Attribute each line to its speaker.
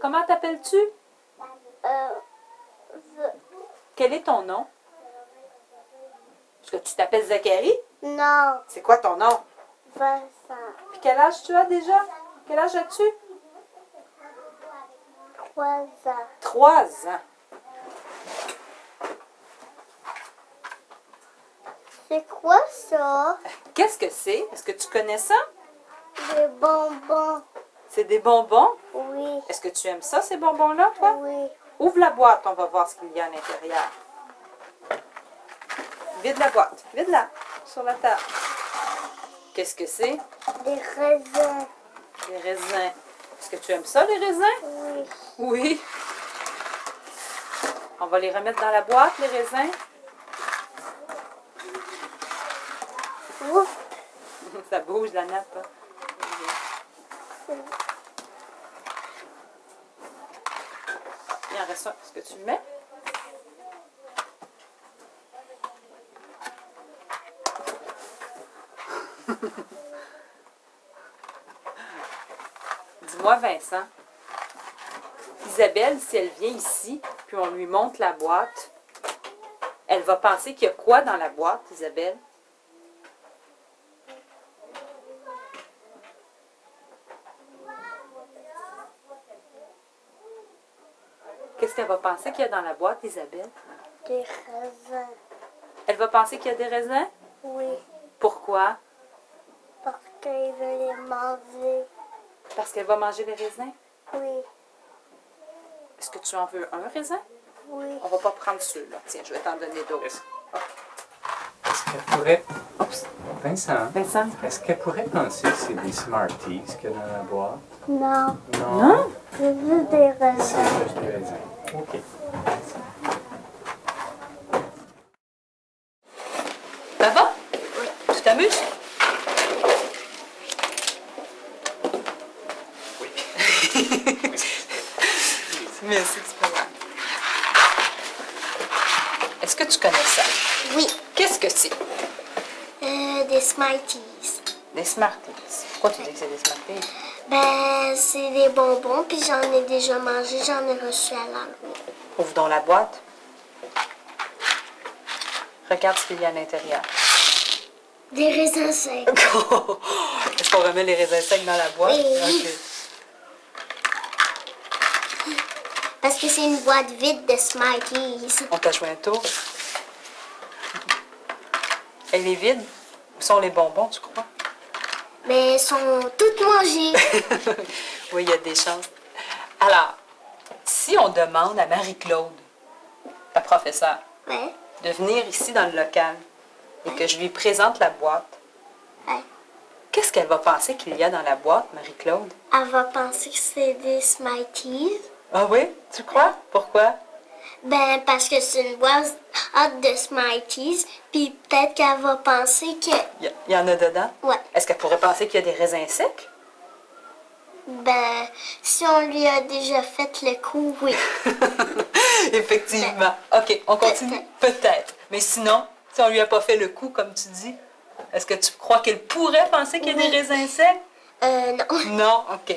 Speaker 1: Comment t'appelles-tu?
Speaker 2: Euh, z-
Speaker 1: Quel est ton nom? Est-ce que tu t'appelles Zachary?
Speaker 2: non,
Speaker 1: C'est quoi ton nom?
Speaker 2: Vincent,
Speaker 1: Puis quel âge tu as déjà? Quel âge as-tu?
Speaker 2: trois ans.
Speaker 1: Trois ans.
Speaker 2: C'est quoi ça?
Speaker 1: Qu'est-ce que c'est? Est-ce que tu connais ça?
Speaker 2: Des bonbons.
Speaker 1: C'est des bonbons.
Speaker 2: Oui,
Speaker 1: Est-ce que tu aimes ça, ces bonbons-là, toi?
Speaker 2: oui.
Speaker 1: Ouvre la boîte, on va voir ce qu'il y a à l'intérieur. Vide la boîte. Vide-la. Sur la table. Qu'est-ce que c'est?
Speaker 2: Des raisins.
Speaker 1: Les raisins. Est-ce que tu aimes ça, les raisins?
Speaker 2: Oui.
Speaker 1: Oui. On va les remettre dans la boîte, les raisins.
Speaker 2: Ouf.
Speaker 1: Ça bouge la nappe. hein. Il en reste un. Est-ce que tu le mets? Dis-moi, Vincent, Isabelle, si elle vient ici, puis on lui montre la boîte, elle va penser qu'il y a quoi dans la boîte, Isabelle? Qu'est-ce qu'elle va penser qu'il y a dans la boîte, Isabelle?
Speaker 2: Des raisins.
Speaker 1: Elle va penser qu'il y a des raisins?
Speaker 2: Oui.
Speaker 1: Pourquoi?
Speaker 2: Parce qu'il veut les manger.
Speaker 1: Parce qu'elle va manger des raisins.
Speaker 2: Oui,
Speaker 1: Est-ce que tu en veux un raisin?
Speaker 2: oui.
Speaker 1: On va pas prendre ceux-là. Tiens, je vais t'en donner d'autres.
Speaker 3: Est-ce est-ce qu'elle pourrait. Oups, Vincent,
Speaker 1: Vincent?
Speaker 3: est-ce qu'elle pourrait penser que c'est des Smarties qu'il y a dans la boîte?
Speaker 2: Non,
Speaker 3: Non.
Speaker 1: Non?
Speaker 2: c'est juste des
Speaker 3: C'est
Speaker 2: raisins.
Speaker 3: juste des raisins. OK.
Speaker 1: Ça va? Tu t'amuses?
Speaker 3: Oui.
Speaker 1: Merci, c'est pas grave. Est-ce que tu connais ça?
Speaker 2: Oui,
Speaker 1: Qu'est-ce que c'est?
Speaker 2: euh, des Smarties.
Speaker 1: Des Smarties. Pourquoi tu dis que c'est des Smarties?
Speaker 2: Ben, c'est des bonbons, puis j'en ai déjà mangé, j'en ai reçu à l'Halloween.
Speaker 1: Ouvre dans la boîte. Regarde ce qu'il y a à l'intérieur.
Speaker 2: Des raisins secs.
Speaker 1: Est-ce qu'on remet les raisins secs dans la boîte?
Speaker 2: Oui.
Speaker 1: Ok.
Speaker 2: Parce que c'est une boîte vide de Smarties.
Speaker 1: On t'a joué un tour. Elle est vide. Où sont les bonbons, tu crois?
Speaker 2: Mais elles sont toutes mangées.
Speaker 1: oui, il y a des chances. Alors, si on demande à Marie-Claude, la professeure,
Speaker 2: Ouais,
Speaker 1: de venir ici dans le local et que je lui présente la boîte,
Speaker 2: ouais.
Speaker 1: qu'est-ce qu'elle va penser qu'il y a dans la boîte, Marie-Claude?
Speaker 2: Elle va penser que c'est des Smarties.
Speaker 1: Ah oui? Tu crois? Pourquoi?
Speaker 2: Ben, parce que c'est une boîte hâte de Smarties, puis peut-être qu'elle va penser que...
Speaker 1: Il y a- il y, en a dedans?
Speaker 2: Ouais.
Speaker 1: Est-ce qu'elle pourrait penser qu'il y a des raisins secs?
Speaker 2: Ben, si on lui a déjà fait le coup, oui.
Speaker 1: Effectivement. OK, on continue? Peut-être. Mais sinon, si on lui a pas fait le coup, comme tu dis, est-ce que tu crois qu'elle pourrait penser qu'il y a des raisins secs?
Speaker 2: Euh, non.
Speaker 1: Non, OK.